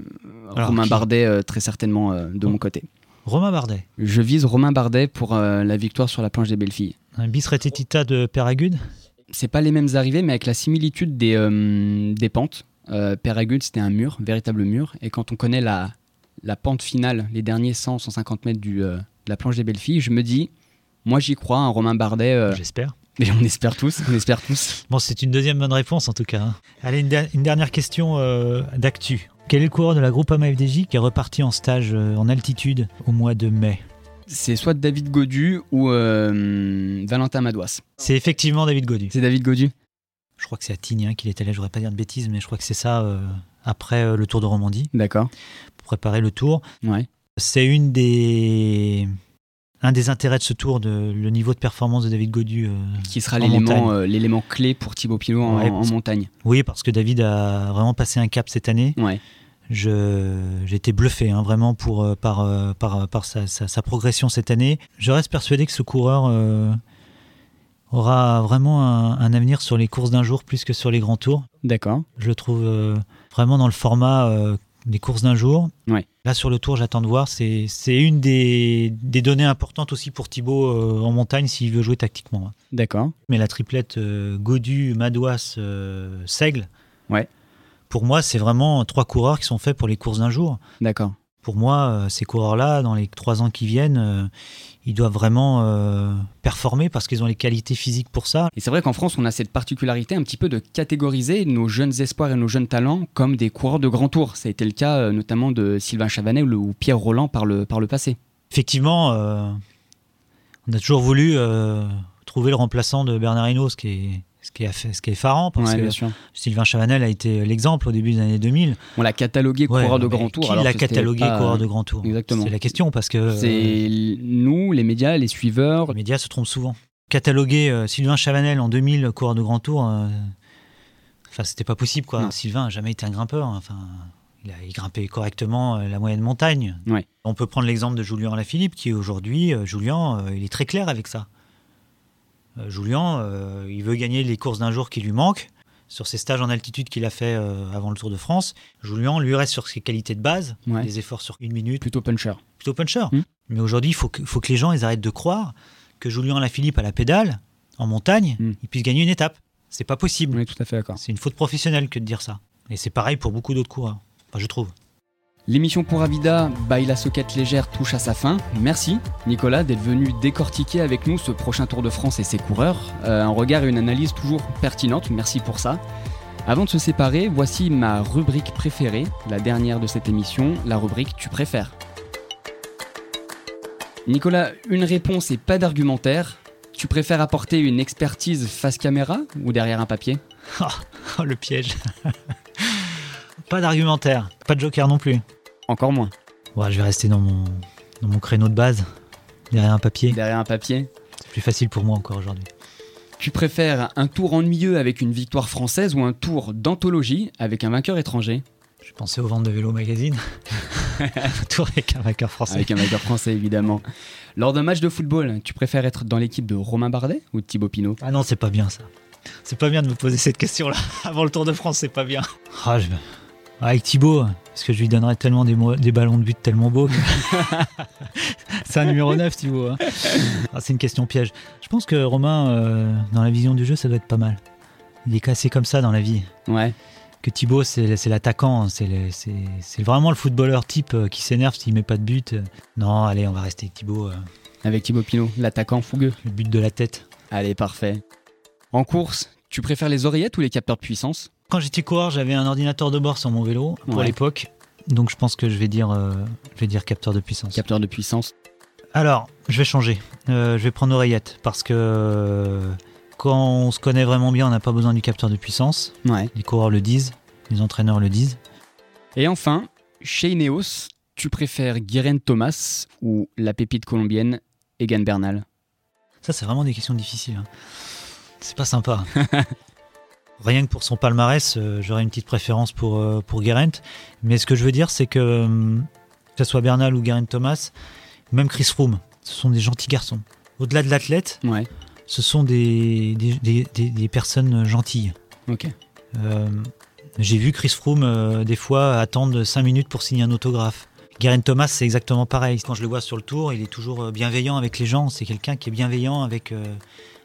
B: Alors,
A: Romain
B: qui- Oh.
A: Bardet euh, très certainement euh, de mon côté.
B: Romain Bardet.
A: Je vise Romain Bardet pour euh, la victoire sur la planche des belles filles.
B: Un bis retetita de Péragude.
A: C'est pas les mêmes arrivées, mais avec la similitude des, euh, des pentes. Euh, Péragude, c'était un mur, véritable mur. Et quand on connaît la, la pente finale, les derniers 100, 150 mètres du, euh, de la planche des belles filles, je me dis, moi j'y crois, un Romain Bardet, euh,
B: J'espère.
A: mais on espère tous, on espère tous.
B: Bon, c'est une deuxième bonne réponse en tout cas. hein. Allez, une, der- une dernière question euh, d'actu. Quel est le coureur de la groupe AMA FDJ qui est reparti en stage euh, en altitude au mois de mai
A: C'est soit David Godu ou euh, Valentin Madouas.
B: C'est effectivement David Godu.
A: C'est David Godu
B: Je crois que c'est à Tignes hein, qu'il était là, je voudrais pas dire de bêtises, mais je crois que c'est ça euh, après euh, le Tour de Romandie,
A: D'accord.
B: pour préparer le Tour.
A: Ouais.
B: C'est une des... un des intérêts de ce Tour, de, le niveau de performance de David Godu. euh.
A: Qui sera
B: En
A: l'élément
B: montagne.
A: euh, l'élément clé pour Thibaut Pinot en,
B: Ouais,
A: en
B: parce-
A: montagne.
B: Oui, parce que David a vraiment passé un cap cette année.
A: Ouais.
B: Je- J'ai été bluffé hein, vraiment pour, euh, par, euh, par, euh, par sa, sa- sa progression cette année. Je reste persuadé que ce coureur euh, aura vraiment un, un avenir sur les courses d'un jour plus que sur les grands tours.
A: D'accord.
B: Je le trouve euh, vraiment dans le format euh, des courses d'un jour.
A: Ouais.
B: Là, sur le tour, j'attends de voir. C'est c'est une des, des données importantes aussi pour Thibaut euh, en montagne s'il veut jouer tactiquement. hein.
A: D'accord.
B: Mais la triplette euh, Godu, Madouas, euh, Seigle,
A: Ouais.
B: pour moi, c'est vraiment trois coureurs qui sont faits pour les courses d'un jour.
A: D'accord.
B: Pour moi, euh, ces coureurs-là, dans les trois ans qui viennent, euh, ils doivent vraiment euh, performer parce qu'ils ont les qualités physiques pour ça.
A: Et c'est vrai qu'en France, on a cette particularité un petit peu de catégoriser nos jeunes espoirs et nos jeunes talents comme des coureurs de grand tour. Ça a été le cas euh, notamment de Sylvain Chavanel ou Pierre Roland par le, par le passé.
B: Effectivement, euh, on a toujours voulu euh, trouver le remplaçant de Bernard Hinault, ce qui est, ce qui est, aff- ce qui est effarant parce
A: Ouais,
B: que
A: bien sûr.
B: Sylvain Chavanel a été l'exemple au début des années 2000.
A: On l'a catalogué
B: Ouais,
A: coureur de
B: mais
A: grand tour.
B: Qui
A: alors
B: l'a
A: que c'était
B: catalogué
A: pas-
B: coureur de grand tour
A: Exactement.
B: C'est la question parce que euh,
A: C'est l- nous, les médias, les suiveurs.
B: les médias se trompent souvent. Cataloguer euh, Sylvain Chavanel en 2000 coureur de grand tour, euh, enfin c'était pas possible quoi.
A: Non.
B: Sylvain a jamais été un grimpeur. hein. Enfin, il a il grimpait correctement euh, la moyenne montagne.
A: Ouais.
B: On peut prendre l'exemple de Julien Lafilippe qui aujourd'hui, euh, Julien, euh, il est très clair avec ça. Euh, Julien, euh, il veut gagner les courses d'un jour qui lui manquent. Sur ses stages en altitude qu'il a fait euh, avant le Tour de France, Julien lui reste sur ses qualités de base,
A: Ouais.
B: les efforts sur une minute,
A: Plutôt puncher.
B: plutôt puncher.
A: Mm.
B: Mais aujourd'hui, il faut que, faut que les gens ils arrêtent de croire que Julien Lafilippe à la pédale, en montagne,
A: Mm.
B: il puisse gagner une étape. C'est pas possible.
A: On est tout à fait d'accord.
B: C'est une faute professionnelle que de dire ça. Et c'est pareil pour beaucoup d'autres coureurs. Enfin, je trouve.
A: L'émission pour Avida, Baille la soquette légère, touche à sa fin. Merci, Nicolas, d'être venu décortiquer avec nous ce prochain Tour de France et ses coureurs. Euh, un regard et une analyse toujours pertinentes, merci pour ça. Avant de se séparer, voici ma rubrique préférée, la dernière de cette émission, la rubrique Tu préfères. Nicolas, une réponse et pas d'argumentaire. Tu préfères apporter une expertise face caméra ou derrière un papier
B: Oh, le piège. pas d'argumentaire. Pas de joker non plus.
A: Encore moins.
B: Bon, je vais rester dans mon, dans mon créneau de base, derrière un papier.
A: Derrière un papier
B: C'est plus facile pour moi encore aujourd'hui.
A: Tu préfères un tour ennuyeux avec une victoire française ou un tour d'anthologie avec un vainqueur étranger
B: Je pensais aux ventes de vélo magazine. Tour avec un vainqueur français.
A: Avec un vainqueur français, évidemment. Lors d'un match de football, tu préfères être dans l'équipe de Romain Bardet ou de Thibaut Pinot
B: Ah non, c'est pas bien ça. C'est pas bien de me poser cette question-là avant le Tour de France, c'est pas bien. Ah, je- Ah, Avec Thibaut, parce que je lui donnerais tellement des, mo- des ballons de but tellement beaux. que- c'est un numéro 9, Thibaut. hein. Ah, c'est une question piège. Je pense que Romain, euh, dans la vision du jeu, ça doit être pas mal. Il est cassé comme ça dans la vie.
A: Ouais,
B: Que Thibaut, c'est c'est l'attaquant, c'est le- c'est c'est vraiment le footballeur type euh, qui s'énerve s'il met pas de but. Non, allez, on va rester avec Thibaut, euh,
A: avec Thibaut Pinot, l'attaquant fougueux.
B: le but de la tête.
A: Allez, parfait. En course, tu préfères les oreillettes ou les capteurs de puissance
B: Quand j'étais coureur, j'avais un ordinateur de bord sur mon vélo pour
A: Ouais.
B: l'époque. Donc je pense que je vais dire, euh, je vais dire capteur de puissance.
A: Capteur de puissance.
B: Alors, je vais changer. Euh, je vais prendre oreillette parce que euh, quand on se connaît vraiment bien, on n'a pas besoin du capteur de puissance.
A: Ouais.
B: Les coureurs le disent, les entraîneurs le disent.
A: Et enfin, chez Ineos, tu préfères Guérin Thomas ou la pépite colombienne Egan Bernal
B: Ça, c'est vraiment des questions difficiles. hein. C'est pas sympa. Rien que pour son palmarès, euh, j'aurais une petite préférence pour, euh, pour Geraint. Mais ce que je veux dire, c'est que, hum, que ce soit Bernal ou Geraint Thomas, même Chris Froome, ce sont des gentils garçons. Au-delà de l'athlète,
A: Ouais,
B: ce sont des, des, des- des- des personnes gentilles.
A: ok.
B: Euh, J'ai vu Chris Froome, euh, des fois, attendre 5 minutes pour signer un autographe. Geraint Thomas, c'est exactement pareil. Quand je le vois sur le tour, il est toujours euh, bienveillant avec les gens. C'est quelqu'un qui est bienveillant avec, euh,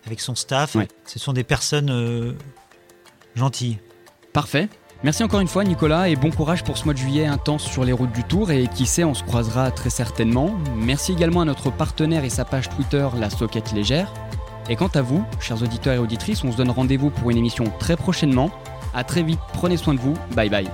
B: avec son staff.
A: Ouais.
B: Ce sont des personnes euh, gentilles.
A: Parfait. Merci encore une fois Nicolas et bon courage pour ce mois de juillet intense sur les routes du Tour et qui sait on se croisera très certainement. Merci également à notre partenaire et sa page Twitter La Soquette Légère. Et quant à vous, chers auditeurs et auditrices, on se donne rendez-vous pour une émission très prochainement. À très vite, prenez soin de vous, bye bye.